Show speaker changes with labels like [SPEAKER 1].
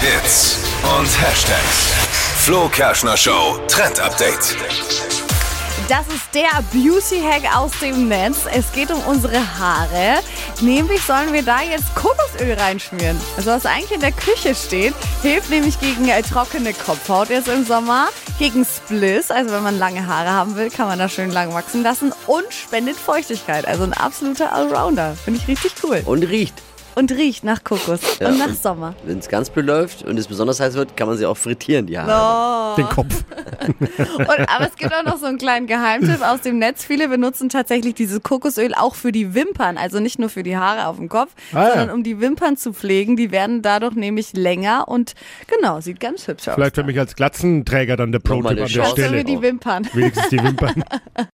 [SPEAKER 1] Hits und Hashtags. Flo Kerschner Show Trend Update.
[SPEAKER 2] Das ist der Beauty-Hack aus dem Netz. Es geht um unsere Haare. Nämlich sollen wir da jetzt Kokosöl reinschmieren. Also was eigentlich in der Küche steht, hilft nämlich gegen äh, trockene Kopfhaut jetzt im Sommer, gegen Spliss, also wenn man lange Haare haben will, kann man da schön lang wachsen lassen und spendet Feuchtigkeit. Also ein absoluter Allrounder. Finde ich richtig cool.
[SPEAKER 3] und riecht.
[SPEAKER 2] Und riecht nach Kokos
[SPEAKER 3] Ja,
[SPEAKER 2] und nach
[SPEAKER 3] und-
[SPEAKER 2] Sommer.
[SPEAKER 3] Wenn es ganz blöd läuft und es besonders heiß wird, kann man sie auch frittieren, die Haare.
[SPEAKER 4] Den Kopf.
[SPEAKER 2] Und, aber es gibt auch noch so einen kleinen Geheimtipp aus dem Netz. Viele benutzen tatsächlich dieses Kokosöl auch für die Wimpern, also nicht nur für die Haare auf dem Kopf,
[SPEAKER 4] Ah, ja.
[SPEAKER 2] sondern um die Wimpern zu pflegen. Die werden dadurch nämlich länger und genau, sieht ganz hübsch aus.
[SPEAKER 4] Vielleicht für mich als Glatzenträger dann der
[SPEAKER 3] Nochmal
[SPEAKER 4] Pro-Tipp
[SPEAKER 3] eine
[SPEAKER 4] an der
[SPEAKER 3] Chance.
[SPEAKER 2] Kannst du
[SPEAKER 4] Stelle.
[SPEAKER 2] mir die Wimpern.
[SPEAKER 4] Wenigstens die Wimpern.